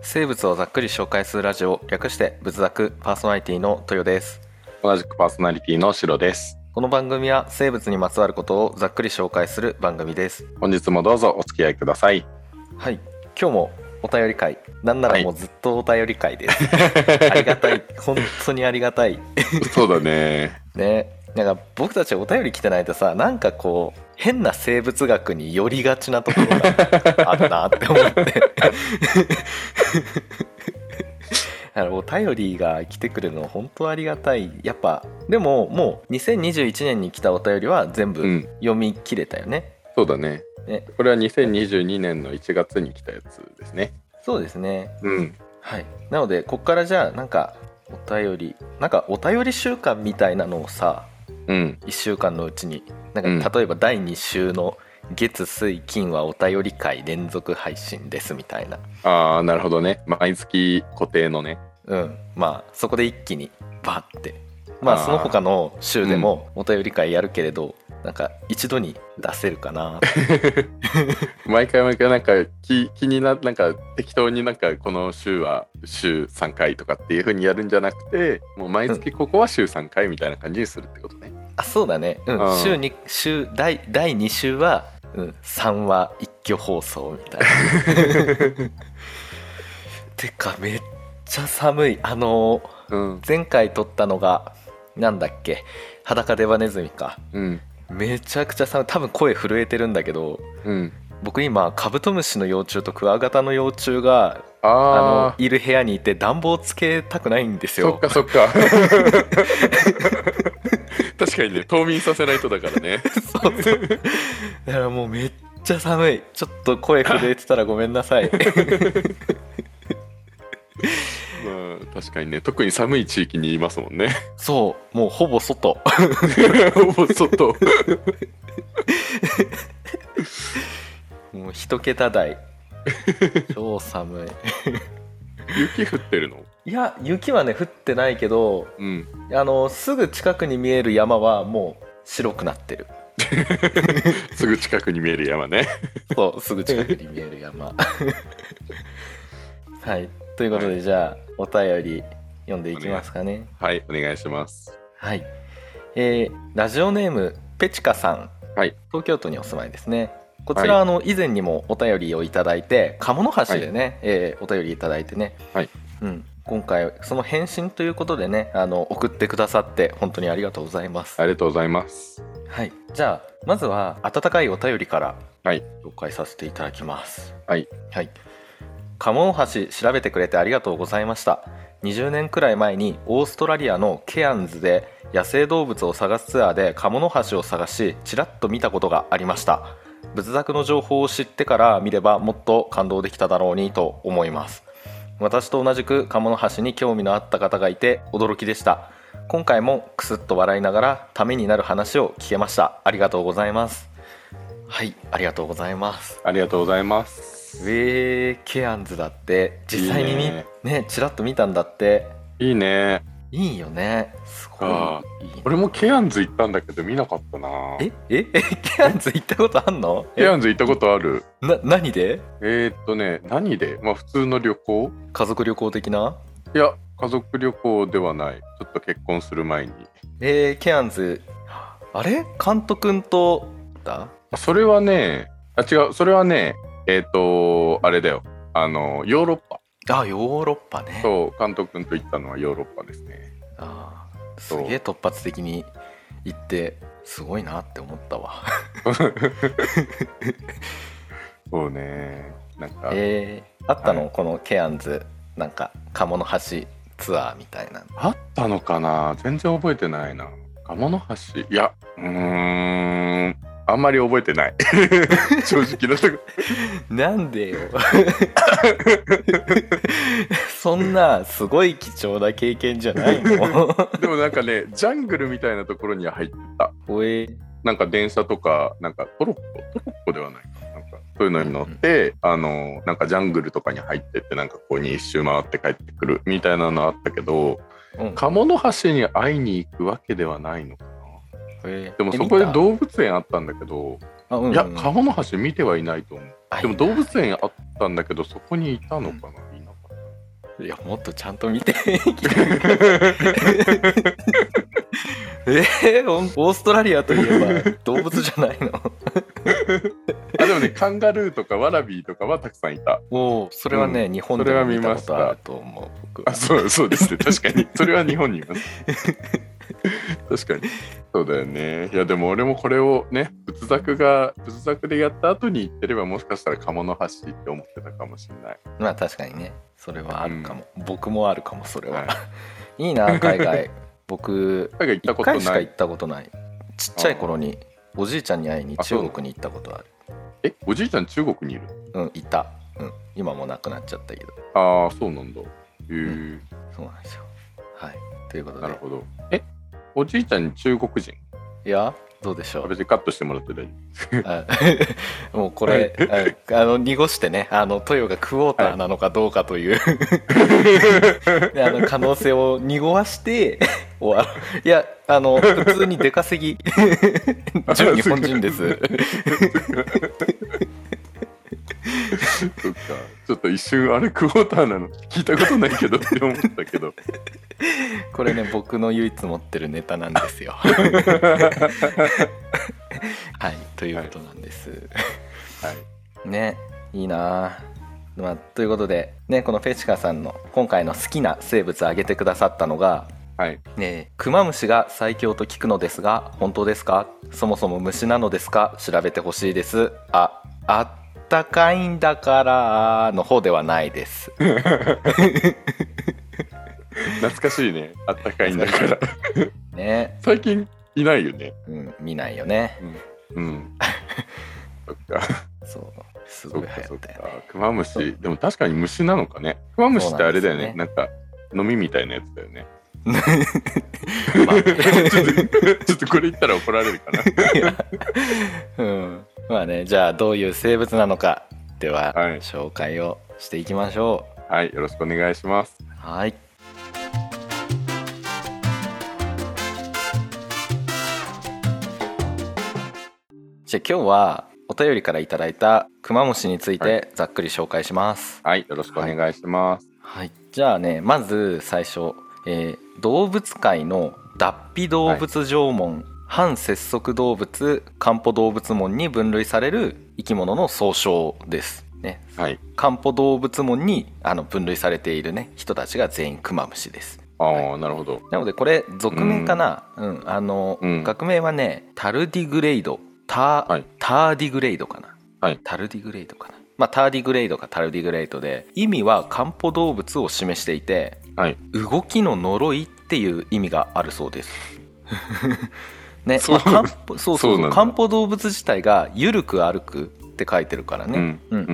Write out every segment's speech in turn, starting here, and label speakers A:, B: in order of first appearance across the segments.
A: 生物をざっくり紹介するラジオ略して「仏作」パーソナリティの豊です
B: 同じくパーソナリティのシロです。
A: この番組は生物にまつわることをざっくり紹介する番組です
B: 本日もどうぞお付き合いくだ さい。
A: はい今日もお便り会なんな
B: は
A: ら
B: い
A: もうずっとお便り会です、ありがたい本当にありがたい
B: そうだね。
A: ねなんか僕たちお便り来てないとさなんかこう変な生物学に寄りがちなところがあるなって思って あのお便りが来てくれるの本当ありがたいやっぱでももう2021年に来たお便りは全
B: う
A: 部
B: ん、
A: 読み切れたよね、
B: そうだね。
A: ね
B: これは2022年の1月に来たやつですね。
A: そうですね
B: うん。
A: はいなのでこっからじゃあなんかお便りなんかお便り週間みたいなのをさ
B: うん。
A: 1週間のうちにな
B: うん
A: んか例えば第2週の月水金はお便り会連続配信ですみたいな、
B: ああ、なるほどね。毎月固定のね。
A: うん、まあそこで一気にバッてま
B: あ
A: あ
B: ー
A: その他の週でもお便り会やるけれど、なんか一度に出せるかな
B: 毎回毎回なんか気気にななんか適当になんかこの週は週3回とかっていう風にやるんじゃなくてもう毎月ここは週3回みたいな感じにするってことね、
A: あそうだね、う
B: あ
A: ん、
B: ー
A: 週に週第第2週は、うん、3話一挙放送みたいな てかめっちゃ寒いあのー
B: うん
A: 前回撮ったのがなんだっけ裸デバネズミか
B: うん
A: めちゃくちゃ寒い多分声震えてるんだけど
B: うん
A: 僕今カブトムシの幼虫とクワガタの幼虫が
B: あ
A: あ
B: あ
A: のいる部屋にいて暖房つけたくないんです
B: そっ
A: よ
B: かそっか確かにね冬眠させないとだからね
A: そう そうだからもうめっちゃ寒いちょっと声震えてたらごめんな さい
B: まあ確かにね特に寒い地域にいますもんね
A: そうもうほぼ外
B: ほぼ外
A: もう一桁台超寒
B: 雪降ってるの
A: いいや雪はね降ってないけど
B: うん
A: あのすぐ近くに見える山はもう白くなってる
B: すぐ近くに見える山ね
A: そう すぐ近くに見える山 はいということで、
B: は
A: じゃあお便り読んでいきますかね
B: はいお願いします
A: はいえーラジオネームペチカさん、
B: はい
A: 東京都にお住まいですねこちら、
B: はい
A: あの以前にもお便りをいただいて鴨の橋でね、えーお便りいただいてね、
B: はい
A: うん、今回その返信ということでねあの送ってくださって本当にありがとうございます
B: ありがとうございます
A: はい、じゃあまずは温かいお便りから
B: はい
A: 紹介させていただきます
B: はい、
A: はい、鴨大橋調べてくれてありがとうございました20年くらい前にオーストラリアのケアンズで野生動物を探すツアーで鴨の橋を探しちらっと見たことがありました仏作の情報を知ってから見ればもっと感動できただろうにと思います私と同じく鴨の橋に興味のあった方がいて驚きでした今回もクスッと笑いながらためになる話を聞けましたありがとうございますはいありがとうございます
B: ありがとうございます
A: ウェーケアンズだって実際にみ
B: いいね
A: ねちらっと見たんだって
B: いいね
A: いいよねすごい
B: あ
A: いいね
B: 俺もケアンズ行ったんだけど見なかったな
A: えええケアンズ行ったことあんの
B: ケア
A: え
B: ンズ行ったことある
A: な何で
B: えー、っとね何でまあ普通の旅行
A: 家族旅行的ない
B: や家族旅行ではないちょっと結婚する前に
A: えー、ケアンズあれ監督んとだ
B: それはねあ違うそれはねえっ、とあれだよあのヨーロッパ
A: あヨーロッパね
B: と監督君と行ったのはヨーロッパですね
A: あーす
B: そう
A: げえ突発的に行ってすごいなって思ったわ
B: そうねなんか、
A: えー、あったの、
B: は
A: このケアンズなんか鴨の橋ツアーみたいな
B: あったのかな全然覚えてないな鴨の橋いやうーんあんまり覚えてない 正直なとこ
A: なんでよ そんなすごい貴重な経験じゃないの
B: でもなんかねジャングルみたいなところには入ってた
A: おえ
B: なんか電車とかなんかトロッコトロッコではないかななんかそういうのに乗って、あのなんかジャングルとかに入ってってなんかここに一周回って帰ってくるみたいなのあったけど
A: うん
B: 鴨の橋に会いに行くわけではないのかな
A: え
B: でもそこで
A: 見た
B: 動物園あったんだけど、
A: あうんうん
B: いや鴨の橋見てはいないと思うでも動物園あったんだけどそこにいたのかな、いなかっ
A: いやもっとちゃんと見 てえー、オーオーストラリアといえば動物じゃない の
B: あでもねカンガルーとかワラビーとかはたくさんいた
A: おおそれはね、日本で
B: それ
A: も
B: は
A: 見
B: 見
A: た
B: ま
A: こ
B: した
A: とあると思う僕
B: あそうそうですね確かにそれは日本にいます 確かにそうだよねいやでも俺もこれをね仏作が仏作でやった後に行ってればもしかしたら鴨の橋って思ってたかもしれない
A: まあ確かにねそれはあるかも、僕もあるかもそれは、 い、いな海外僕
B: 海外行った
A: 1
B: こと
A: 回し
B: な
A: か
B: い
A: 行ったことないちっちゃい頃におじいちゃんに会いに中国に行ったことある
B: えおじいちゃん中国にいる
A: うんいた、うん、今もう亡くなっちゃったけど
B: ああそうなんだへえ、
A: そうなんですよはいということ
B: なる
A: で
B: ほどえおじいちゃん中国人
A: いやどうでしょ
B: あ
A: う
B: 別にカットしてもらって大丈
A: あ もうこれ、ああの濁してねあのトヨがクォーターなのかどうかと いう、あの可能性を濁わして 終わるいやあの普通に出稼 ぎ純日本人 です
B: 夫 そっかちょっと一瞬あれクォーターなの聞いたことないけどって思ったけど
A: これね僕の唯一持ってるネタなんですよはいということなんです、
B: はい
A: ねいいなあまあ、ということで、ね、このフェチカさんの今回の好きな生物を挙げてくださったのが
B: はい
A: ねえクマムシが最強と聞くのですが本当ですかそもそも虫なのですか調べてほしいですああったかいんだからの方ではないです
B: 懐かしいねあったかいんだから
A: ね
B: 最近いないよね
A: うん見ないよね
B: うん そっか
A: そうす
B: そ
A: ご
B: っ
A: い流
B: か
A: 行
B: そ
A: っ
B: った
A: よね
B: かクマム
A: そ
B: シでも確かに虫なのかねクマムシってあれだよね
A: そう
B: なんか飲みみたいなやつだよね
A: まあ
B: ちょっとちょっとこれ言ったら怒られる かな
A: うん、まあねじゃあどういう生物なのかでは
B: はい
A: 紹介をしていきましょう
B: はいよろしくお願いします
A: はいじゃあ今日はお便りからいただいたクマムシについ
B: は
A: てざっくり紹介します、
B: はいよろしくお願いします
A: はい、じゃあねまず最初、えー動物界の脱皮動物縄文、反節足動物漢歩動物門に分類される生き物の総称です、ね、
B: はい
A: 漢歩動物門にあの分類されている、ね、人たちが全員クマムシです
B: ああ、
A: は
B: なるほど
A: なのでこれ俗名かな、うんあの
B: うん
A: 学名はねタルディグレイドタ,、
B: はい
A: ターディグレイドかな、
B: はい
A: タルディグレイドかなまあターディグレイドかタルディグレイドで意味は漢方動物を示していて
B: はい
A: 動きの呪いっていう意味があるそう ですね
B: そう
A: まあ漢方そうそう
B: そう
A: そ
B: な
A: うん
B: だ
A: 漢方動物自体が「ゆるく歩く」って書いてるからね、
B: うん
A: うん
B: うー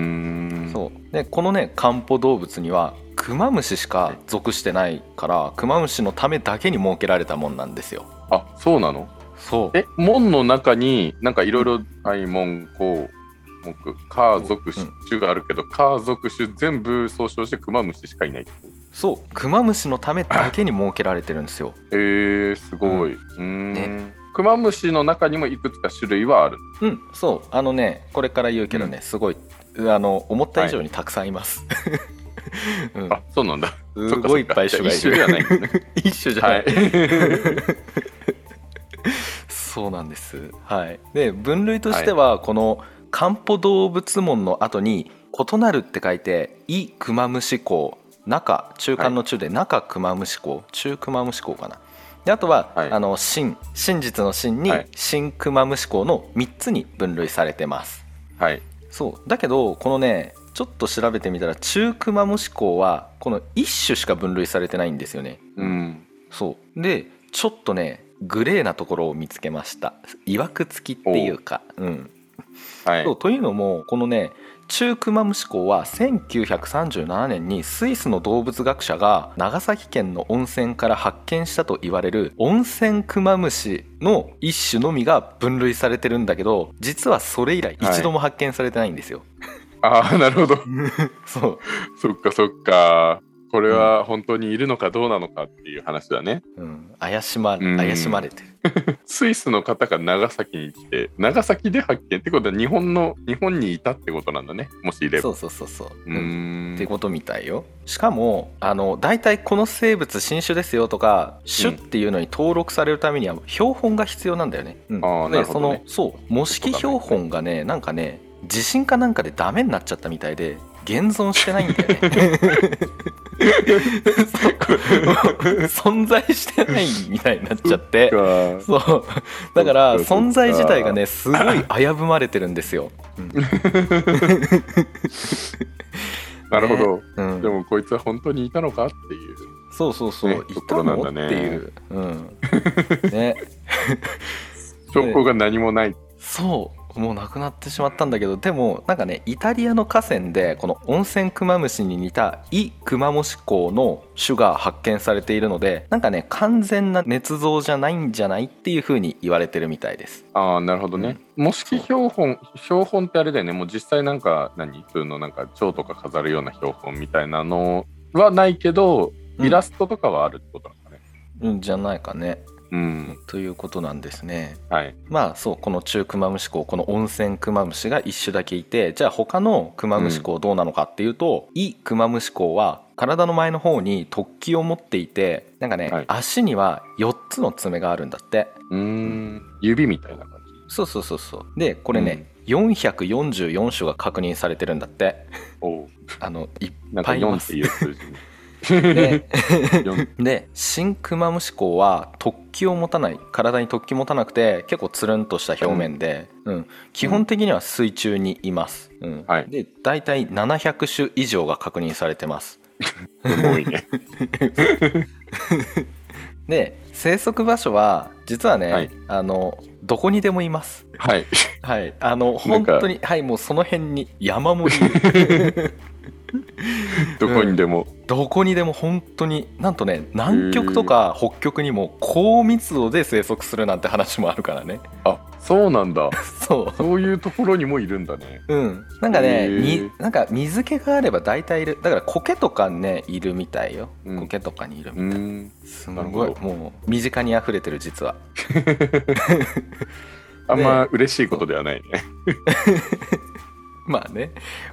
B: ん
A: そうでこのね漢方動物にはクマムシしか属してないからクマムシのためだけに設けられたもんなんですよ
B: あそうなの
A: そう
B: え門の中になんかいろいろ愛門こう木家
A: う
B: 族
A: ん
B: 種があるけど家族種全部総称してクマムシしかいないってこと
A: そうクマムシのためだけに設けられてるんですよ
B: えー、すごい。うーん
A: ね
B: クマムシの中にもいくつか種類はある。
A: うんそうあのねこれから言うけどね、すごいあの思った以上にたくさんいます、
B: あそうなんだ。
A: うん、す
B: そっかそっか
A: ごいいっぱい種がい
B: じゃあ一種で
A: る
B: はないんだね。
A: 一種じゃな、
B: はいい。
A: そうなんです、はい、で分類としてはこの漢方動物門の後に「異なる」って書いて「イクマムシ公」「中」中間の中で「中クマムシ公」「中クマムシ公」かなであとは、
B: はい
A: あの真真実の真に
B: はい
A: 「真クマムシ公」の3つに分類されてます
B: はい。
A: そうだけどこのねちょっと調べてみたら中クマムシ公はこの1種しか分類されてないんですよね
B: うん。
A: そうでちょっとねグレーなところを見つけましたいわくつきっていうかうん
B: はい
A: そう。というのもこのね中クマムシ公は1937年にスイスの動物学者が長崎県の温泉から発見したと言われる温泉クマムシの一種のみが分類されてるんだけど実はそれ以来
B: はい
A: 一度も発見されてないんですよ、
B: ああなるほど。
A: そう
B: そっかそっか。これは本当にいるのかどうなのかっていう話だね。
A: うん、怪しま
B: うん
A: 怪しまれてる、
B: スイスの方が長崎に来て、長崎で発見ってことは日本の、日本にいたってことなんだね。もしいれば。
A: そうそうそうそう、
B: うー
A: うん
B: ん
A: ってことみたいよしかもあの大体この生物新種ですよとか種っていうのに登録されるためには標本が必要なんだよね、うん
B: あーなる
A: で
B: ほ
A: そ
B: ど
A: の
B: ね
A: そう模式標本がねなんかね地震かなんかでダメになっちゃったみたいで現存してないんだよ ねそう存在してないみたいになっちゃって
B: か
A: そうだから
B: そっかそっか
A: 存在自体がねすごい危ぶまれてるんですよ、
B: なるほど、
A: うん
B: でもこいつは本当にいたのかっていう
A: そうそうそう、
B: ね
A: い
B: とこ
A: た
B: ろなん
A: の
B: だね
A: っていう、うん、 ね
B: 証拠が何もない、
A: そうもうなくなってしまったんだけどでもなんかねイタリアの河川でこの温泉クマムシに似たイクマムシ港の種が発見されているのでなんかね完全な捏造じゃないんじゃないっていうふうに言われてるみたいです
B: ああなるほどね、模式標本標本ってあれだよねもう実際なんか何普通のなんか蝶とか飾るような標本みたいなのはないけど
A: うん
B: イラストとかはあるってことなんだね
A: うんじゃないかね
B: うん、
A: ということなんですね
B: はい
A: まあそうこの中クマムシコこの温泉クマムシが一種だけいてじゃあ他のクマムシコどうなのかっていうと、イクマムシコは体の前の方に突起を持っていてなんかね、
B: はい
A: 足には4つの爪があるんだって
B: うーん指みたいな感じ
A: そうそうそうそうでこれね、444種が確認されてるんだって
B: おう
A: あのいっ
B: なんか
A: ぱいい
B: 4
A: ま
B: っ
A: す
B: ていう数字に
A: で
B: 4
A: で新クマムシコは突起を持たない体に突起持たなくて結構つるんとした表面で、うん基本的には水中にいます、うん
B: はい
A: で大体700種以上が確認されてます
B: 多 いね
A: で生息場所は実はね、
B: はい
A: あのどこにでもいます
B: はい
A: はいあの
B: なん
A: 本
B: か
A: 当にはいもうその辺に山盛り
B: どこにでも、
A: どこにでも本当になんとね南極とか北極にも高密度で生息するなんて話もあるからね
B: あそうなんだ
A: そう
B: そういうところにもいるんだね
A: うん、なんかね、
B: へー
A: になんか水気があれば大体いるだから苔とかねいるみたいよ、
B: うん
A: 苔とかにいるみ
B: う
A: たい、
B: ーん
A: す
B: なる
A: ご
B: ほ
A: い
B: ど
A: もう身近に溢れてる実は
B: あんま嬉しいことではないね
A: まあね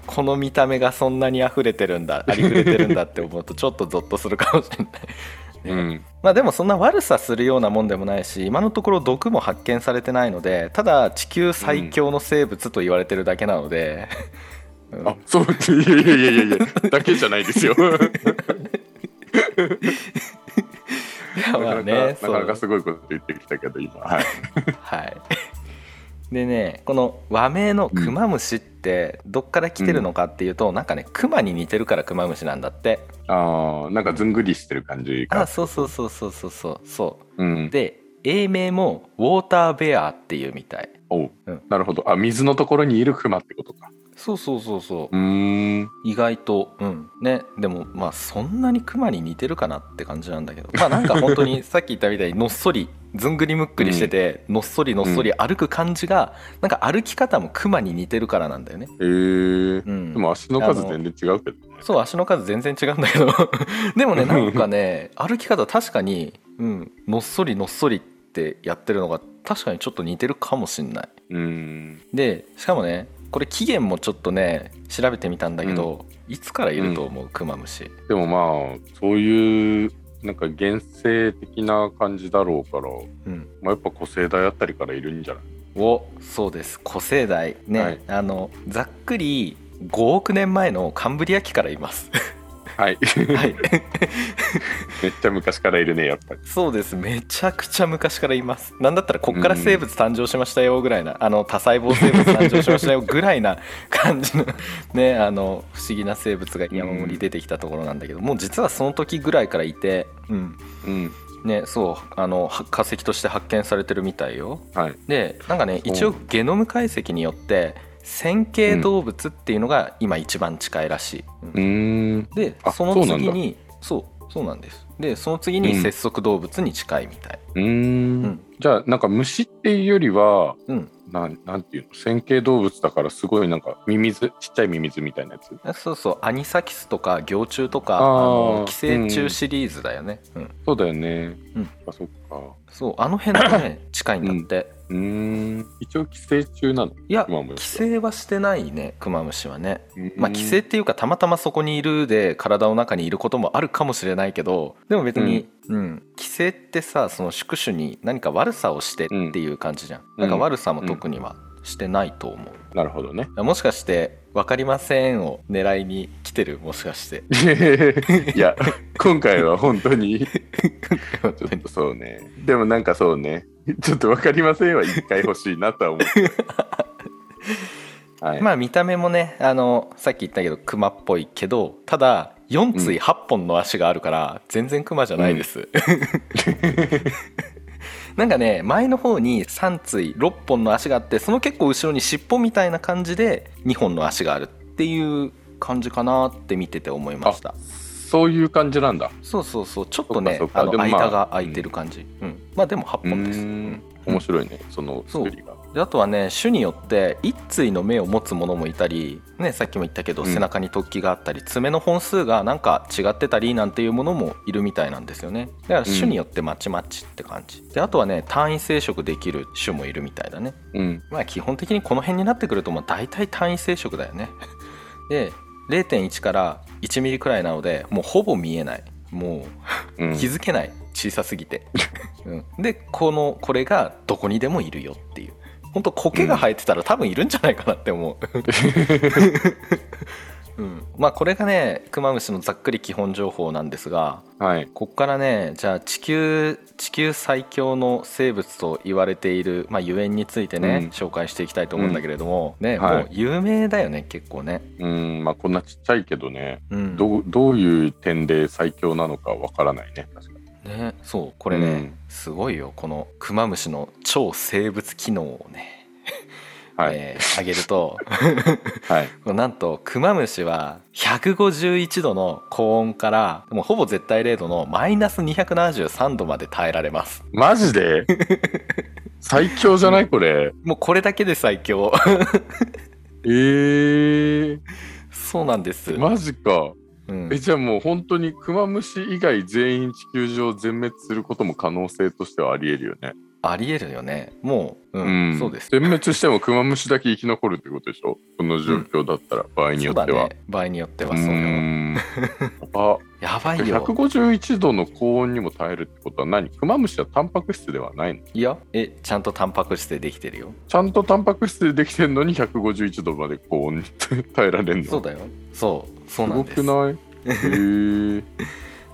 A: この見た目がそんなに溢れてるんだ ありふれてるんだって思うとちょっとゾッとするかもしれないね
B: うん
A: まあでもそんな悪さするようなもんでもないし今のところ毒も発見されてないのでただ地球最強の生物と言われてるだけなので、うん
B: あ、そう、いやいやいやいやいや、だけじゃないですよ。
A: いや
B: な
A: まあ
B: かなか、
A: ね
B: な
A: そう
B: かなかすごいこと言ってきたけど、今。はい。
A: はい。 でねこの和名のクマムシってどっから来てるのかっていうと、なんかねクマに似てるからクマムシなんだって
B: ああ、なんかずんぐりしてる感じ
A: あ
B: か。。
A: そうそうそうそうそうそうそううんで英名もウォーターベアっていうみたい
B: おう
A: うん
B: なるほど。あ、水のところにいるクマってことか。
A: そうそうそうそう
B: うーん。
A: 意外とうんねでもまあそんなにクマに似てるかなって感じなんだけどまあなんか本当 にさっき言ったみたいにのっそりずんぐりむっくりしてて、のっそりのっそり歩く感じが、なんか歩き方もクマに似てるからなんだよね、
B: えー。
A: うん、
B: でも足の数全然違うけどね。
A: そう足の数全然違うんだけ どでもね
B: うん
A: なんかね歩き方確かに、うん、のっそりのっそりってやってるのが確かにちょっと似てるかもしんないう
B: ーん。
A: でしかもねこれ期限もちょっとね調べてみたんだけど、いつからいると思う、クマムシ
B: でもまあ、そういう、なんか原生的な感じだろうから、
A: うん
B: まあ、やっぱ個性大あたりからいるんじゃない
A: おそうです古生代ね、
B: はい
A: あのざっくり5億年前のカンブリア紀からいます。
B: はい。
A: はい、
B: めっちゃ昔からいるね、やっぱり。
A: そうですめちゃくちゃ昔からいますなんだったらこっから生物誕生しましたよぐらいな、あの多細胞生物誕生しましたよぐらいな感じ のねあの不思議な生物が山盛り出てきたところなんだけど、もう実はその時ぐらいからいてうん
B: うん。
A: ねそうあのは化石として発見されてるみたいよ
B: はい。
A: でなんかね一応ゲノム解析によって線形動物っていうのが今一番近いらしい、うん
B: うーん。
A: で
B: あ
A: その
B: そうなんだ
A: 次にそうそうなんですでその次に
B: うん
A: 節足動物に近いみたい、
B: うーん
A: うん
B: じゃあなんか虫っていうよりは
A: うん、
B: なんなんていうの線形動物だからすごいなんかミミズちっちゃいミミズみたいなやつ
A: そうそうアニサキスとか幼虫とかあ
B: あー
A: の寄生虫シリーズだよね、うん
B: そうだよね、
A: うん
B: あそっか
A: そうあの辺と ね近いんだって、
B: うーん一応寄生虫なの
A: いや
B: クマム
A: 寄
B: シ
A: 生はしてないねクマムシはね
B: うーん
A: まあ寄生っていうかたまたまそこにいるで体の中にいることもあるかもしれないけどでも別に、うん寄生ってさその宿主に何か悪さをしてっていう感じじゃん、
B: ん
A: なんか悪さも特にはしてないと思う、
B: なるほどね
A: もしかして「分かりません」を狙いに来てるもしかして
B: いや今回は本当 にちょっとそうねでもなんかそうねちょっとわかりませんは一回欲しいなとは思 うはい、
A: まあ見た目もねあのさっき言ったけどクマっぽいけどただ4
B: う
A: 対
B: ん
A: 8本の足があるから全然クマじゃないです、 なんかね前の方に3対6本の足があってその結構後ろに尻尾みたいな感じで2本の足があるっていう感じかなって見てて思いました
B: そういう感じなんだ
A: そうそうそうちょっとね
B: そっか
A: あ
B: そっか
A: の
B: でもま
A: 間
B: あ
A: が空いてる感じ、うんまあでも8
B: う
A: 本です、
B: ー
A: うん
B: ん面白いねその作りが
A: であとはね種によって一対の目を持つものもいたり、ね、さっきも言ったけど
B: うん
A: 背中に突起があったり、爪の本数がなんか違ってたりなんていうものもいるみたいなんですよねだから種によってまちまちって感じであとはね単位生殖できる種もいるみたいだね
B: うん
A: まあ基本的にこの辺になってくるともう大体単位生殖だよね で0.1から1ミリくらいなのでもうほぼ見えないも
B: う
A: うん気づけない小さすぎて、うん、でこのこれがどこにでもいるよっていう本当苔が生えてたら多分いるんじゃないかなって思う、うん、まあこれがねクマムシのざっくり基本情報なんですが
B: はい
A: ここからねじゃあ地球地球最強の生物と言われている、まあ、ゆえんについてね、
B: うん
A: 紹介していきたいと思うんだけれども、ね、
B: は
A: も
B: い
A: う有名だよね結構ね、
B: うんまあこんなちっちゃいけどね
A: うん、
B: どうどういう点で最強なのかわからないね確かに
A: ねそうこれね、
B: うん
A: すごいよこのクマムシの超生物機能をね、
B: はい、
A: えー上げると
B: はい
A: なんとクマムシは151度の高温からもうほぼ絶対0度のマイナス273度まで耐えられます
B: マジ で最強じゃないこれ
A: もうこれだけで最強
B: えー、
A: そうなんです、
B: マジか
A: うん
B: えじゃあもう本当にクマムシ以外全員地球上全滅することも可能性としてはありえるよね
A: ありえるよねもう、うんそうです
B: 全滅してもクマムシだけ生き残るってことでしょこの状況だったら、場合に
A: そ
B: よ
A: う
B: って
A: だ
B: は
A: ね場合によって
B: う
A: はそうよ、
B: ーんあ
A: やばいよ
B: 151度の高温にも耐えるってことは何クマムシはタンパク質ではないの
A: いやえちゃんとタンパク質でできてるよ
B: ちゃんとタンパク質でできてんのに151度まで高温に耐えられんの
A: そうだよそうそうなんです
B: すご くないへー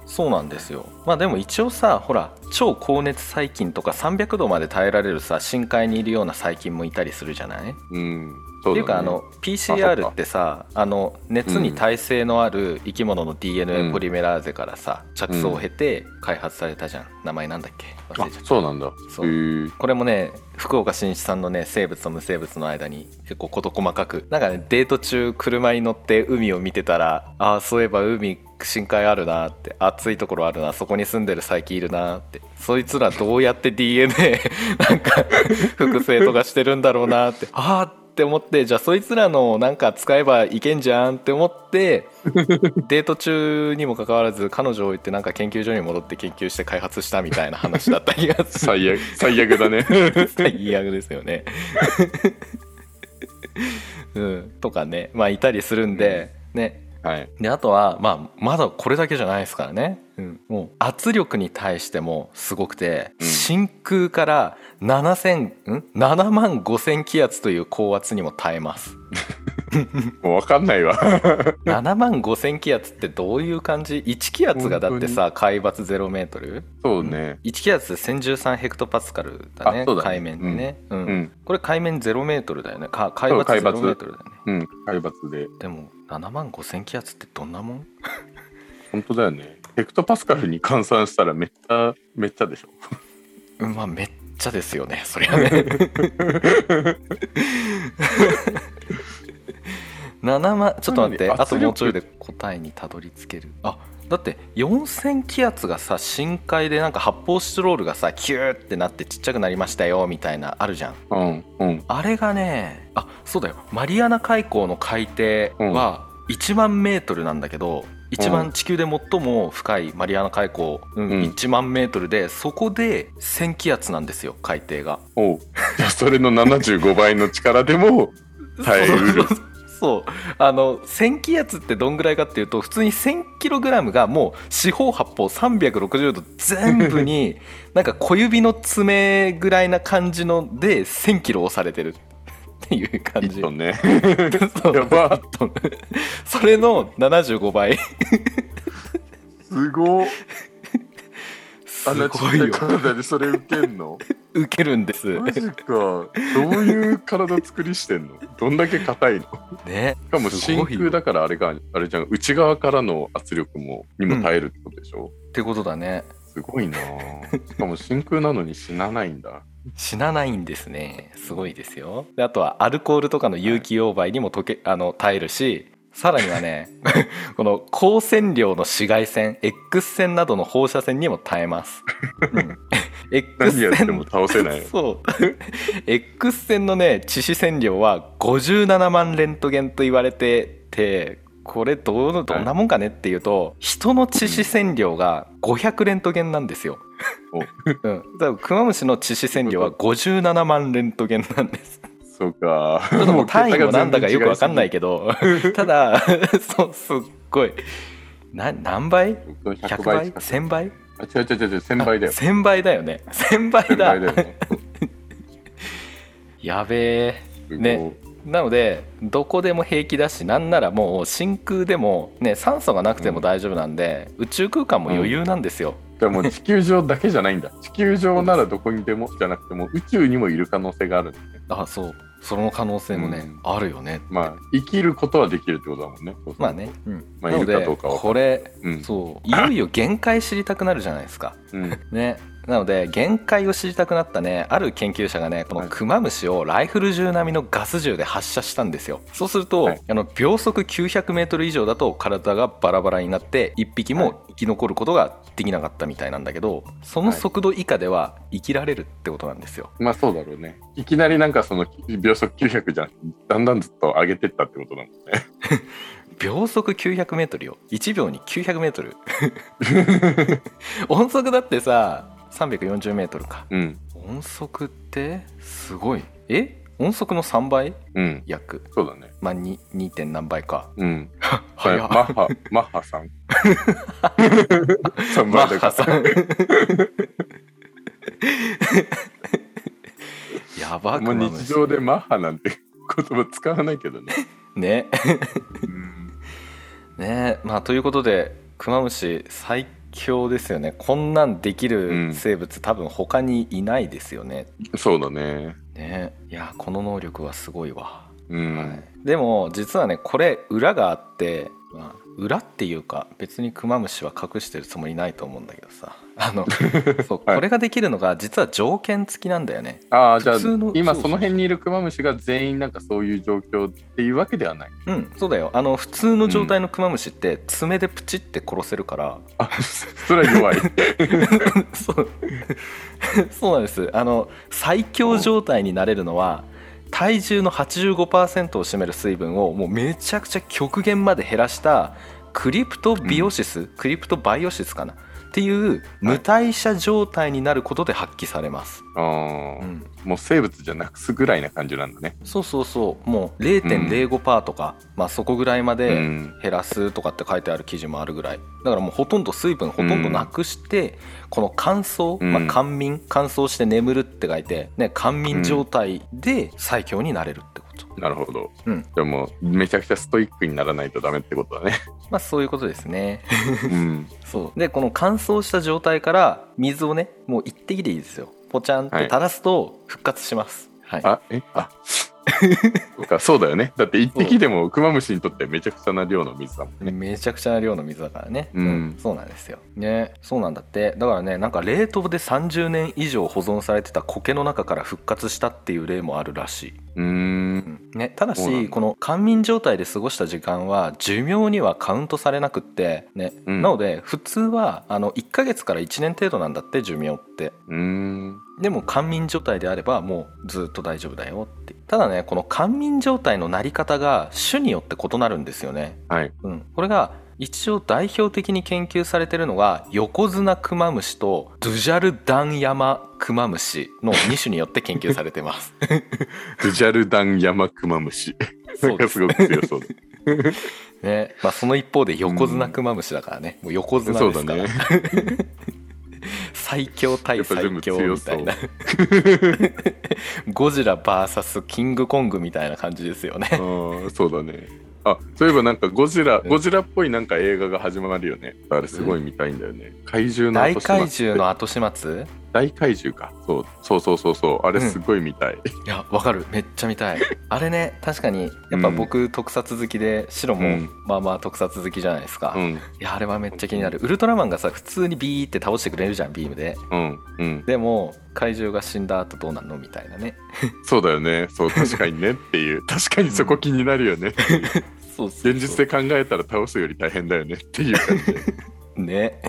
A: そうなんですよまあでも一応さほら超高熱細菌とか300度まで耐えられるさ深海にいるような細菌もいたりするじゃない
B: うんそ
A: っ
B: う
A: てい
B: だね
A: うかあの PCR ってさあの熱に耐性のある生き物の DNA ポリメラーゼからさ、着想を経て開発されたじゃん名前なんだっけ忘
B: あ
A: れちゃった
B: そうなんだへ
A: そう
B: ー
A: これもね福岡伸一さんのね生物と無生物の間に結構事細かくなんかねデート中車に乗って海を見てたらああそういえば海深海あるなって暑いところあるなそこに住んでる細菌いるなってそいつらどうやって DNA なんか複製とかしてるんだろうなってああって思ってじゃあそいつらのなんか使えばいけんじゃんって思ってデート中にもかかわらず彼女を置いてなんか研究所に戻って研究して開発したみたいな話だった気がする。
B: 最悪最悪だ ね
A: 最悪ですよね。うん、とかね、まあ、いたりするんで、ね。
B: はい
A: であとは、まあ、まだこれだけじゃないですからね、うん、もう圧力に対してもすごくて、
B: うん
A: 真空から7000ん7万5000気圧という高圧にも耐え ます
B: もう分かんないわ
A: 7万5000気圧ってどういう感じ1気圧がだってさ海抜0メートル
B: そうね
A: 1気圧1013ヘクトパスカルだね
B: あそうだね
A: 海面でね、うん
B: うん
A: これ海面0メートルだよねか海
B: そ
A: 抜
B: う海抜
A: 0メートルだよね
B: うん海抜で
A: でも7万5000気圧ってどんなもん
B: 本当だよねヘクトパスカルに換算したらめっちゃめっちゃでしょ
A: うんまあめっちゃですよね そりゃね7万ちょっと待って
B: 何
A: あともう
B: 圧力
A: ちょいで答えにたどり着けるあだって4000気圧がさ深海でなんか発泡スチロールがさキューってなってちっちゃくなりましたよみたいなあるじゃん
B: うんうん
A: あれがねあそうだよマリアナ海溝の海底は1万メートルなんだけど、一番地球で最も深いマリアナ海溝、うん
B: うん
A: 1万メートルでそこで1000気圧なんですよ海底が。
B: おうじゃあそれの75倍の力でも耐えうる
A: そうあの1000気圧ってどんぐらいかっていうと普通に1000キログラムがもう四方八方360度全部になんか小指の爪ぐらいな感じので1000キロ押されてるっていう感じ
B: 1トンね
A: そう
B: やば
A: 一トンそれの75倍
B: すごっあ
A: す
B: んなちっ
A: ご
B: ち
A: い
B: ゃい
A: よ
B: 体でそれ受けんの
A: 受けるんです
B: マジかどういう体作りしてんのどんだけ硬いのし
A: ね
B: かも
A: すご
B: 真
A: いよ
B: 空だからあれがあれじゃん内側からの圧力もにも耐えるってことでしょ、
A: ってことだね
B: すごいなぁしかも真空なのに死なないんだ
A: 死なないんですねすごいですよであとはアルコールとかの有機溶媒にも溶けあの耐えるしさらにはね この光線量の紫外線 X 線などの放射線にも耐えます、うん X
B: 何やって
A: 線
B: も倒せない
A: そう X 線のね致死線量は57万レントゲンと言われててこれどうどんなもんかねっていうと人の致死線量が500レントゲンなんですよ。
B: お
A: うん、だからクマムシの致死線量は57万レントゲンなん です。
B: そうか
A: ちょっともう単位もなんだかよくわかんないいけどただ そうすっごいな何倍
B: 100
A: ?100
B: 倍
A: 倍
B: 近く
A: ?1000 倍
B: あ違う違う違う1000倍だよ
A: 1000倍だよね。1000倍
B: 1000
A: だ
B: 倍だよね
A: やべえ。
B: すごい
A: ねなのでどこでも平気だしなんならもう真空でも、ね、酸素がなくても大丈夫なんで、宇宙空間も余裕なんですよ、
B: でも地球上だけじゃないんだ地球上ならどこにでもじゃなくても宇宙にもいる可能性がある
A: あそうその可能性もね、
B: うん
A: あるよね
B: まあ生きることはできるってことだもんね
A: まあね、うん
B: まあ
A: なの
B: い
A: で
B: るかどうかは
A: これ
B: うん
A: そういよいよ限界知りたくなるじゃないですか
B: うん
A: ねなので限界を知りたくなったねある研究者がねこ
B: は
A: の
B: い
A: クマムシをライフル銃並みのガス銃で発射したんですよそうすると、
B: はい
A: あの秒速 900m 以上だと体がバラバラになって1匹も生き残ることができなかったみたいなんだけどその速度以下では生きられるってことなんですよ。
B: まあそうだろうねいきなりなんかその秒速900じゃんだんだんずっと上げてったってことなんだね
A: 秒速 900m よ1秒に 900m 音速だってさ 340m か
B: うん
A: 音速ってすごいえ音速の3倍
B: うん
A: 約
B: そうだね
A: まあ、2. 2. 点何倍か。
B: うん
A: 早
B: マ
A: っ
B: ッハマッハさん 三
A: マッハ
B: 倍だか
A: さ
B: ら
A: ん。 やばく
B: もう日常でマッハなんて言葉使わないけどね、
A: ね。ねまあということでクマムシ最強ですよね。こんなんできる生物、多分他にいないですよね。
B: そうだね
A: ねいやこの能力はすごいわ。
B: うん、
A: はい、でも実はねこれ裏があって、まあ、裏っていうか別にクマムシは隠してるつもりないと思うんだけどさあ のそう
B: はい
A: これができるのが実は条件付きなんだよね
B: ああじゃあ
A: 普通の
B: 今
A: そうそう
B: その辺にいるクマムシが全員なんかそういう状況っていうわけではない
A: うんそうだよあの普通の状態のクマムシって爪でプチって殺せるから、
B: あそれ は弱い
A: そう そうなんですあの最強状態になれるのは体重の85%を占める水分をもうめちゃくちゃ極限まで減らしたクリプトビオシス、クリプトバイオシスかなっていう無代謝状態になることで発揮されます、
B: あー
A: うん、
B: もう生物じゃなくすぐらいな感じなんだね
A: そうそうそうもう0.05%とか、まあ、そこぐらいま
B: う
A: で
B: ん
A: 減らすとかって書いてある記事もあるぐらいだからもうほとんど水分ほとんどなくして、この乾燥、
B: うん
A: まあ、乾眠乾燥して眠るって書いて、ね、乾眠状態で最強になれるってこと、
B: なるほど、
A: うん
B: じゃあもうめちゃくちゃストイックにならないとダメってこと だね
A: まあそういうことですね
B: うん
A: そうでこの乾燥した状態から水をねもう一滴でいいですよポチャンって
B: はい
A: 垂らすと復活します、はい
B: あえあそうかそうだよねだって一滴でもクマムシにとってめちゃくちゃな量の水だもんね
A: めちゃくちゃな量の水だからね、
B: うん
A: そうなんですよねそうなんだってだからねなんか冷凍で30年以上保存されてた苔の中から復活したっていう例もあるらしい、
B: うーん
A: ね、ただ
B: そうなん
A: し
B: だ
A: この官民状態で過ごした時間は寿命にはカウントされなくって、ね
B: うん
A: なので普通はあの1ヶ月から1年程度なんだって寿命って
B: うーん
A: でも官民状態であればもうずっと大丈夫だよってただねこの官民状態のなり方が種によって異なるんですよね、
B: はい
A: うん、これが一応代表的に研究されてるのが横綱クマムシとドゥジャルダンヤマクマムシの2種によって研究されてます
B: グジャルダンヤマクマムシな
A: そ
B: ん
A: うで
B: か
A: す
B: すごく 強そうだ
A: ねまあ、その一方で横綱クマムシだからね、もう横綱
B: そう
A: で
B: だ
A: すから、
B: ね
A: 最強対最強みたいな
B: やっ
A: ゴジラ VS キングコングみたいな感じですよ
B: あ
A: ね
B: ーそうだねあそういえばなんかゴジラ
A: うん
B: ゴジラっぽいなんか映画が始まるよねあれすごい見たいんだよね怪獣の
A: 大
B: 後始末
A: 怪獣の後始末
B: 大怪獣かそうそうそうそうそうあれすごい見たい、
A: いやわかるめっちゃ見たいあれね確かにやっぱ僕特撮好きでシロ
B: う
A: も
B: ん
A: まあまあ特撮好きじゃないですか、
B: う
A: い
B: ん
A: やあれはめっちゃ気になるウルトラマンがさ普通にビーって倒してくれるじゃんビームで
B: うんうん
A: でも怪獣が死んだ後どうなんのみたいなね
B: そうだよねそう確か にねっていう確かにそこ気になるよねっていう
A: そう
B: 現実で考えたら倒すより大変だよねっていう感じで
A: ね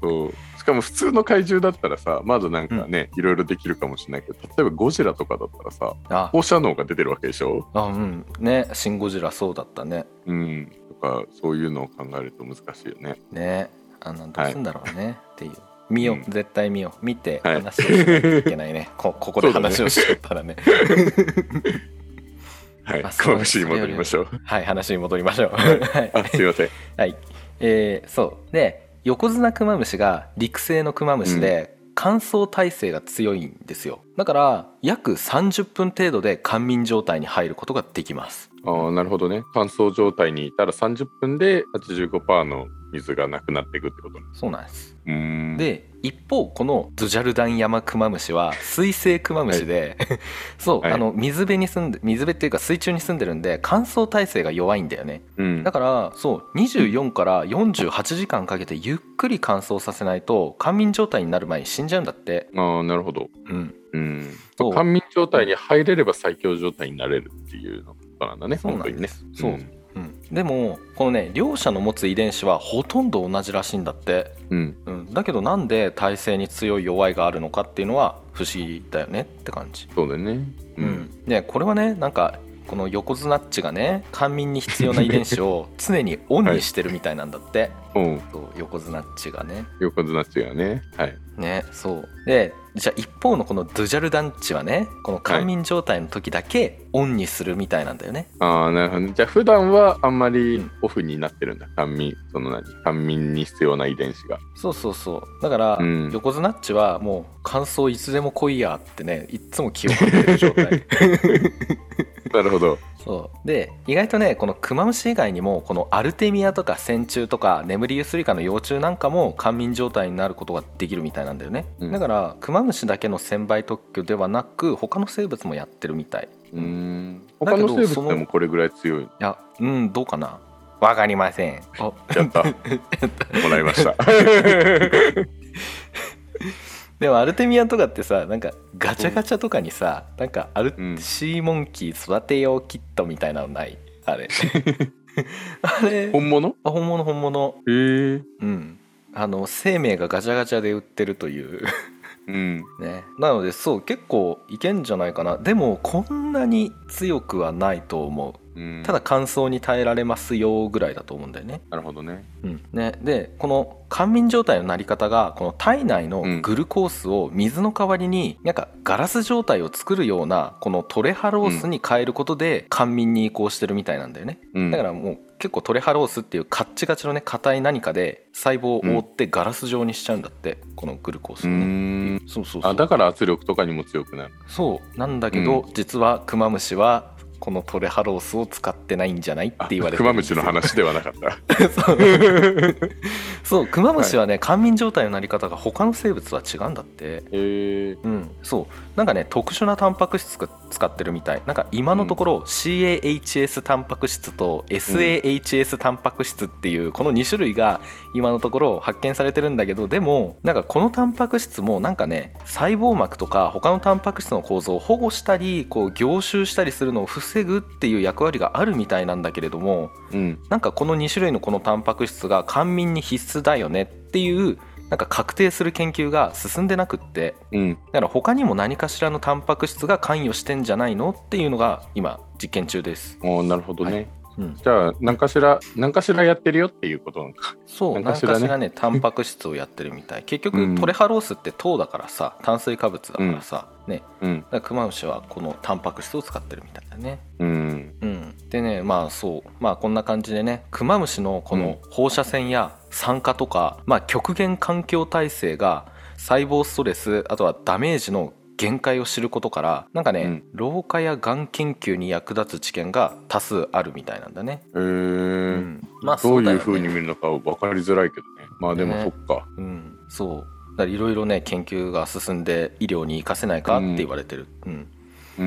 B: そうしかも普通の怪獣だったらさまだなんかね、いろいろできるかもしれないけど例えばゴジラとかだったらさ
A: あ
B: 放射能が出てるわけでしょ
A: あうんね「シン・ゴジラ」そうだったね
B: うんとかそういうのを考えると難しいよね
A: ねあんなんどうすんだろうね、っていう見よ、
B: うん
A: 絶対見よ見て
B: はい
A: 話をしないといけないね、こここで話をしちゃったらね
B: はい
A: あそう
B: 詳しい戻りまし ょう
A: はい話に戻りましょうはい
B: あすいません
A: はいえーそうで横綱クマムシが陸生のクマムシで、乾燥耐性が強いんですよだから約30分程度で乾眠状態に入ることができます
B: あーなるほどね乾燥状態にいたら30分で85%の水がなくなっていくってことね
A: そうなんです
B: うーん
A: で一方このドゥジャルダンヤマクマムシは水生クマムシで、 そう、
B: はい
A: あの水辺に住んで水辺っていうか水中に住んでるんで乾燥耐性が弱いんだよね
B: うん
A: だからそう24から48時間かけてゆっくり乾燥させないと乾眠状態になる前に死んじゃうんだって
B: あーなるほど
A: うん
B: うん
A: そう
B: 官民状態に入れれば最強状態になれるっていうのことなんだね
A: そう
B: 本
A: な
B: 当
A: ん
B: にね
A: ですそううん、でもこのね両者の持つ遺伝子はほとんど同じらしいんだって、
B: うん
A: うん、だけどなんで耐性に強い弱いがあるのかっていうのは不思議だよねって感じ
B: そうだねうん
A: でこれはねなんかこの横綱っちがね官民に必要な遺伝子を常にオンにしてるみたいなんだって、
B: うん
A: そう横綱っちがね
B: 横綱っちがねはい
A: ねそうでじゃあ一方のこのドゥジャルダンっちはねこの官民状態の時だけオンにするみたいなんだよね、
B: ああなるほどねじゃあ普段はあんまり
A: うん
B: オフになってるんだ官民その何官民に必要な遺伝子が
A: そうそうそうだから
B: うん
A: 横綱っちはもう感想いつでも来いやってねいっつも気を張ってる状態
B: なるほど
A: そうで意外とねこのクマムシ以外にもこのアルテミアとか線虫とかネムリユスリカの幼虫なんかも官民状態になることができるみたいなんだよね、
B: うん
A: だからクマムシだけの専売特許ではなく他の生物もやってるみたい
B: うーん
A: だ
B: 他
A: けど
B: の生
A: そ
B: 物
A: の
B: でもこれぐらい強い
A: いやうんどうかなわかりませんあ
B: やった もらいました
A: でもアルテミアとかってさなんかガチャガチャとかにさ、なんかアル、
B: うん
A: シーモンキー育てようキットみたいなのないあ れあれ
B: 本物
A: あ本物本物
B: へえ
A: うんあの生命がガチャガチャで売ってるという
B: うん
A: ねなのでそう結構いけんじゃないかなでもこんなに強くはないと思う
B: うん
A: ただ乾燥に耐えられますよぐらいだと思うんだよね
B: なるほどね
A: うんね、でこの乾眠状態のなり方がこの体内のグルコースを水の代わりになんかガラス状態を作るようなこのトレハロースに変えることで乾眠に移行してるみたいなんだよね
B: うん
A: だからもう結構トレハロースっていうカッチガチのね硬い何かで細胞を覆ってガラス状にしちゃうんだってこのグルコース
B: う
A: を
B: ー
A: ね
B: ん
A: そうそうそ
B: あ
A: う
B: だから圧力とかにも強くなる
A: そうなんだけど、実はクマムシはこのトレハロースを使ってないんじゃないって言われて
B: ク
A: る
B: マ
A: ん
B: ム
A: です
B: シ
A: よ
B: の話ではな かった。
A: そうそうクマムシはね官民状態のなり方が他の生物は違うんだって
B: えー、
A: うんそうなんかね特殊なタンパク質が使ってるみたいなんか今のところ CAHS タンパク質と SAHS タンパク質っていうこの2種類が今のところ発見されてるんだけどでもなんかこのタンパク質もなんかね細胞膜とか他のタンパク質の構造を保護したりこう凝集したりするのを防ぐっていう役割があるみたいなんだけれども
B: うん
A: なんかこの2種類のこのタンパク質が官民に必須だよねっていうなんか確定する研究が進んでなくって
B: うん
A: だから他にも何かしらのタンパク質が関与してんじゃないのっていうのが今実験中です。
B: おーなるほどね、
A: うん
B: じゃあ何かしら何かしらやってるよっていうことなのか
A: そう
B: なんか
A: 何
B: しら
A: か
B: ね
A: しらねタンパク質をやってるみ たい結
B: うん
A: 局トレハロースって糖だからさ炭水化物だからさ、ね
B: う
A: だ
B: ん
A: からクマムシはこのタンパク質を使ってるみたいだね。
B: うん
A: うん、でねまあそうまあこんな感じでねクマムシのこの放射線や酸化とか、まあ、極限環境耐性が細胞ストレスあとはダメージの限界を知ることからなんかね、
B: うん
A: 老化やがん研究に役立つ知見が多数あるみたいなんだね。
B: えー
A: うんまあ
B: ど
A: そうだ
B: い
A: よね
B: うふうに見るのか分かりづらいけどねまあでも
A: ね
B: そっか、
A: うん、そうだからいろいろね研究が進んで医療に生かせないかって言われてる、うん
B: うー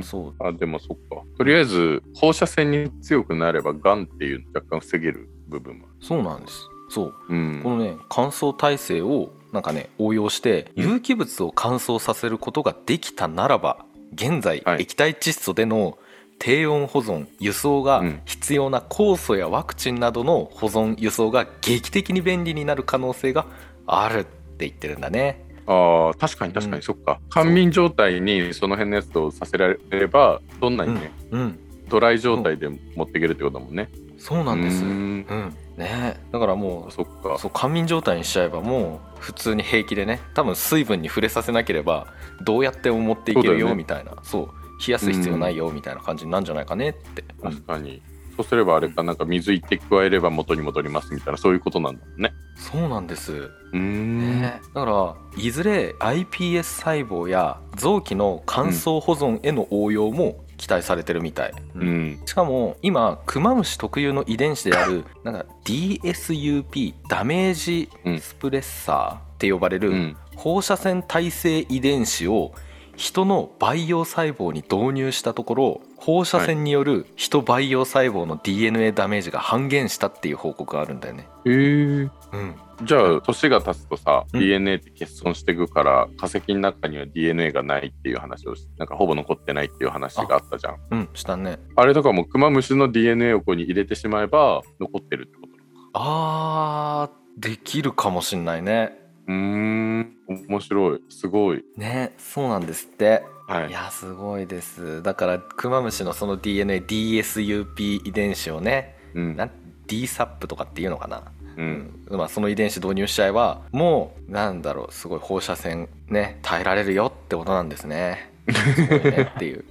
B: ん
A: そう
B: あでもそっかとりあえず放射線に強くなればがんっていうの若干防げる部分もある
A: そうなんですそう
B: うん
A: このね乾燥耐性をなんかね応用して
B: うん
A: 有機物を乾燥させることができたならば現在
B: はい
A: 液体窒素での低温保存輸送が
B: うん
A: 必要な酵素やワクチンなどの保存輸送が劇的に便利になる可能性があるって言ってるんだね。
B: あー確かに確かに、
A: うん
B: そっか官民状態にその辺のやつをさせられればどんなにね、
A: うん、
B: ドライ状態で持っていけるってことだもんね
A: そうなんです。
B: うー
A: うん、
B: ん
A: ねえだからもう
B: そっか
A: そう乾眠状態にしちゃえばもう普通に平気でね多分水分に触れさせなければどうやっても持っていけ
B: そうだ
A: る
B: よね
A: よみたいなそう,、冷やす必要ないよみたいな感じになるんじゃないかねって、うん
B: 確かにそうすればあれかなんか水一滴加えれば元に戻りますみたいなそういうことなんだもんね
A: そうなんです、
B: うーん
A: ねだからいずれ iPS 細胞や臓器の乾燥保存への応用も期待されてるみたい、
B: う
A: うん
B: ん
A: しかも今クマムシ特有の遺伝子であるなんか DSUP ダメージスプレッサーって呼ばれる、
B: うん
A: 放射線耐性遺伝子を人の培養細胞に導入したところ放射線による人培養細胞の DNA ダメージが半減したっていう報告があるんだよね。
B: へー
A: うん、
B: じゃあ年が経つとさ、
A: うん
B: DNA って欠損していくから化石の中には DNA がないっていう話をしなんかほぼ残ってないっていう話があったじゃんあ
A: うん、したね。
B: れとかもクマムシの DNA をここに入れてしまえば残ってるってこと
A: あーできるかもしんないね。
B: うーん面白いすごい
A: ねそうなんですって。
B: はいい
A: やすごいですだからクマムシのその DNADSUP 遺伝子をね
B: うん
A: なん DSAP とかっていうのかな
B: うん
A: まあ、その遺伝子導入しちゃえばもうなんだろうすごい放射線ね耐えられるよってことなんですね。すごいねっていう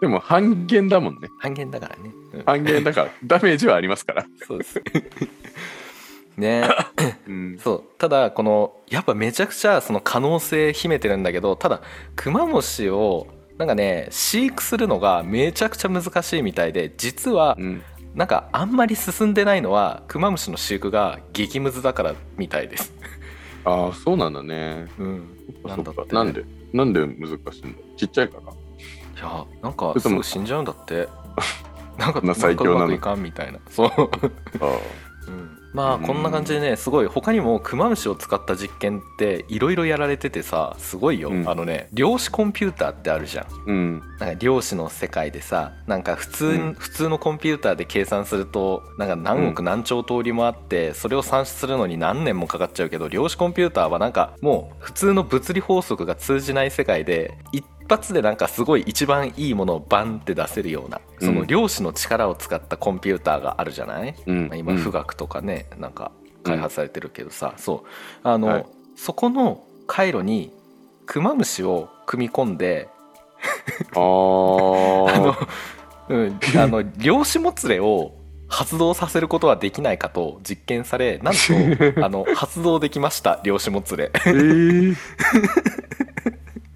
B: でも半減だもんね
A: 半減だからね。うん
B: 半減だから ダメージはありますから、
A: そうですね
B: うん、
A: そうただこのやっぱめちゃくちゃその可能性秘めてるんだけどただクマムシをなんかね飼育するのがめちゃくちゃ難しいみたいで実は
B: うん
A: なんかあんまり進んでないのはクマムシの飼育が激ムズだからみたいです。
B: ああそうなんだね
A: うん、
B: そっか
A: なんだってね
B: なんでなんで難しいんだちっちゃいから
A: いやなんか
B: ちょっ
A: す
B: とも
A: ぐ
B: う
A: 死んじゃうんだ ってなんか
B: まあ最強
A: んか
B: なの
A: うまくいかんみたいなそう、
B: あ
A: まあ
B: うん
A: こんな感じでねすごい他にもクマムシを使った実験っていろいろやられててさすごいよ、
B: うん
A: あのね量子コンピューターってあるじゃん
B: あうん
A: なんか量子の世界でさなんか普通,、
B: うん
A: 普通のコンピューターで計算するとなんか何億何兆通りもあって、それを算出するのに何年もかかっちゃうけど量子コンピューターはなんかもう普通の物理法則が通じない世界で一発でなんかすごい一番いいものをバンって出せるような
B: うん
A: その量子の力を使ったコンピューターがあるじゃない、
B: うん
A: まあ今
B: うん
A: 富岳とかねなんか開発されてるけどさ、そうあの、
B: はい
A: そこの回路にクマムシを組み込んで
B: あー
A: あの、うん、あの量子もつれを発動させることはできないかと実験され なんとあの発動できました量子もつれ
B: えー、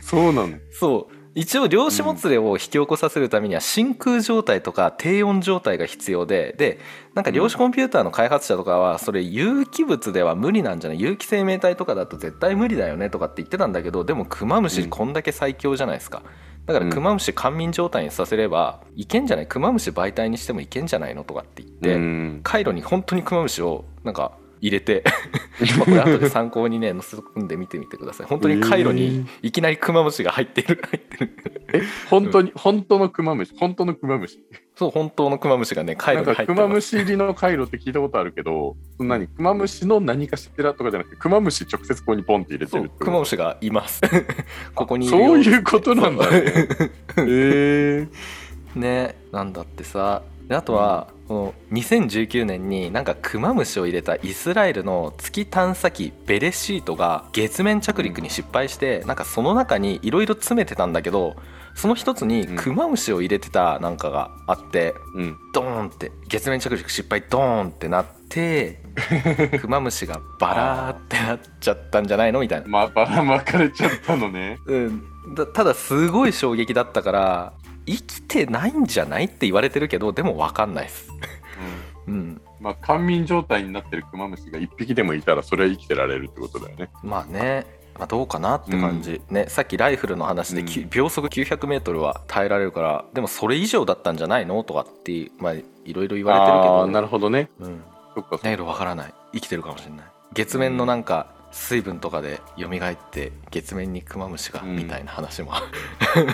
B: そうなの
A: そう一応量子もつれを引き起こさせるためには真空状態とか低温状態が必要ででなんか量子コンピューターの開発者とかはそれ有機物では無理なんじゃない有機生命体とかだと絶対無理だよねとかって言ってたんだけどでもクマム
B: う
A: シ
B: ん
A: こんだけ最強じゃないですかだから
B: うん
A: クマムシ官民状態にさせればいけんじゃないクマムシ媒体にしてもいけんじゃないのとかって言って、
B: うん
A: 回路に本当にクマムシをなんか入れ てまあこれ後で参考にね載せ込んで見てみてください本当に回路にいきなりクマムシが入ってる入ってる
B: 本当に本当のクマムシ本当のクマムシ
A: そう本当のクマムシがね回
B: な
A: 路
B: ん
A: に入
B: か
A: って
B: ク
A: ます
B: マムシ入りの回路って聞いたことあるけどそんなにクマムシの何かしらとかじゃなくてクマムシ直接ここにポンって入れて
A: そ
B: るっ
A: う
B: て
A: クマムシがい ますここにいるよ
B: そういうことなんだねへえ
A: ねなんだってさであとはこの2019年になんかクマムシを入れたイスラエルの月探査機ベレシートが月面着陸に失敗してなんかその中にいろいろ詰めてたんだけどその一つに
B: うん
A: クマムシを入れてたなんかがあって
B: うん
A: ドーンって月面着陸失敗ドーンってなって クマムシがバラーってなっちゃったんじゃないのみたいな。
B: まあばらまかれちゃったのね
A: うん、だただすごい衝撃だったから生きてないんじゃないって言われてるけどでも分かんないです、うん、
B: まあ官民状態になってるクマムシが一匹でもいたらそれは生きてられるってことだよね
A: まあね、まあ、どうかなって感じ、ねさっきライフルの話で、きゅ
B: うん
A: 秒速 900m は耐えられるからでもそれ以上だったんじゃないのとかって、まあ、いろいろ言われてるけ
B: あ
A: ど
B: あなるほどね
A: うん、
B: そっかそっか
A: だけど分からない生きてるかもしれない月面のなんか水分とかで蘇って月面にクマムシが
B: うん
A: みたいな話 もある、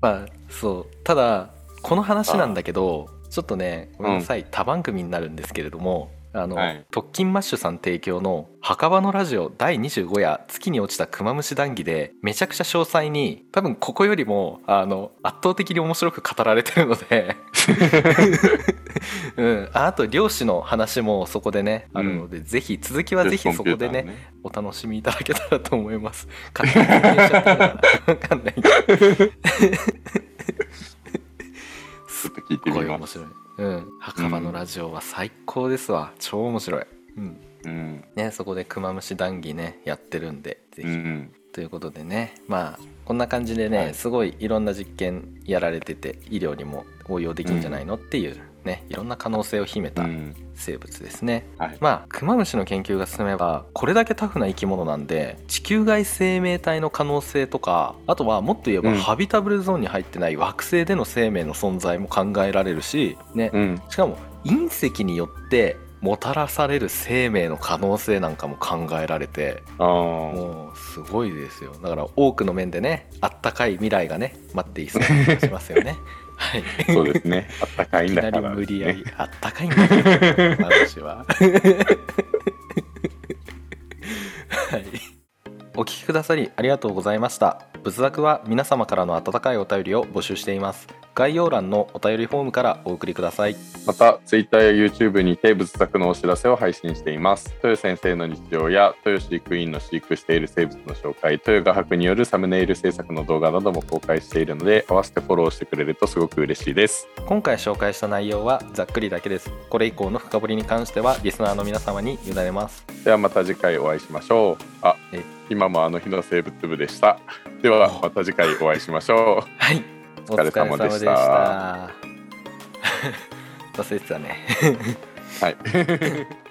A: まあそうただこの話なんだけどちょっとねごめんなさい、多番組になるんですけれどもあの、
B: はい
A: 特勤マッシュさん提供の「墓場のラジオ第25夜月に落ちたクマムシ談義」でめちゃくちゃ詳細に多分ここよりもあの圧倒的に面白く語られてるので、うん、ああと漁師の話もそこでねあるので、ぜひ続きはぜひそこでねお楽しみいただけたらと思います。勝手に宣伝しちゃったからわかんないけど
B: ちょっと聞いて
A: すご
B: み
A: い
B: ま
A: 面
B: す。
A: 白い。 うん、墓場のラジオは最高ですわ、超面白い。うん、
B: うん、
A: ねそこでクマムシ談義ねやってるんでぜ
B: う
A: ひ、
B: ん、
A: ということでねまあこんな感じでね、
B: はい
A: すごいいろんな実験やられてて医療にも応用できるんじゃないのっていうねいろんな可能性を秘め
B: う
A: た
B: ん、
A: 生物ですね。
B: はい、
A: まあクマムシの研究が進めばこれだけタフな生き物なんで地球外生命体の可能性とかあとはもっと言えば、
B: うん
A: ハビタブルゾーンに入ってない惑星での生命の存在も考えられるし、ね
B: うん、
A: しかも隕石によってもたらされる生命の可能性なんかも考えられて
B: ああ、
A: もうすごいですよだから多くの面でねあったかい未来がね待っていそうな気がしますよ ね。はい
B: そうですね。あったかい
A: い
B: ん
A: きな
B: だか
A: り
B: ら、ね。
A: 無理やりあったかいんだけど私 ははいお聞きくださりありがとうございました仏作は皆様からの温かいお便りを募集しています概要欄のお便りフォームからお送りください
B: また、ツイッターや YouTube にて仏作のお知らせを配信しています。豊先生の日常や豊飼育員の飼育している生物の紹介、豊画伯によるサムネイル制作の動画なども公開しているので、合わせてフォローしてくれるとすごく嬉しいです。
A: 今回紹介した内容はざっくりだけですこれ以降の深掘りに関してはリスナーの皆様に委ねます
B: ではまた次回お会いしましょう。あ
A: え、
B: 今もあの日の生物部でした。ではまた次回お会いしましょう。
A: はいお
B: 疲れ様でした
A: 疲れ様でした忘れてたね
B: はい。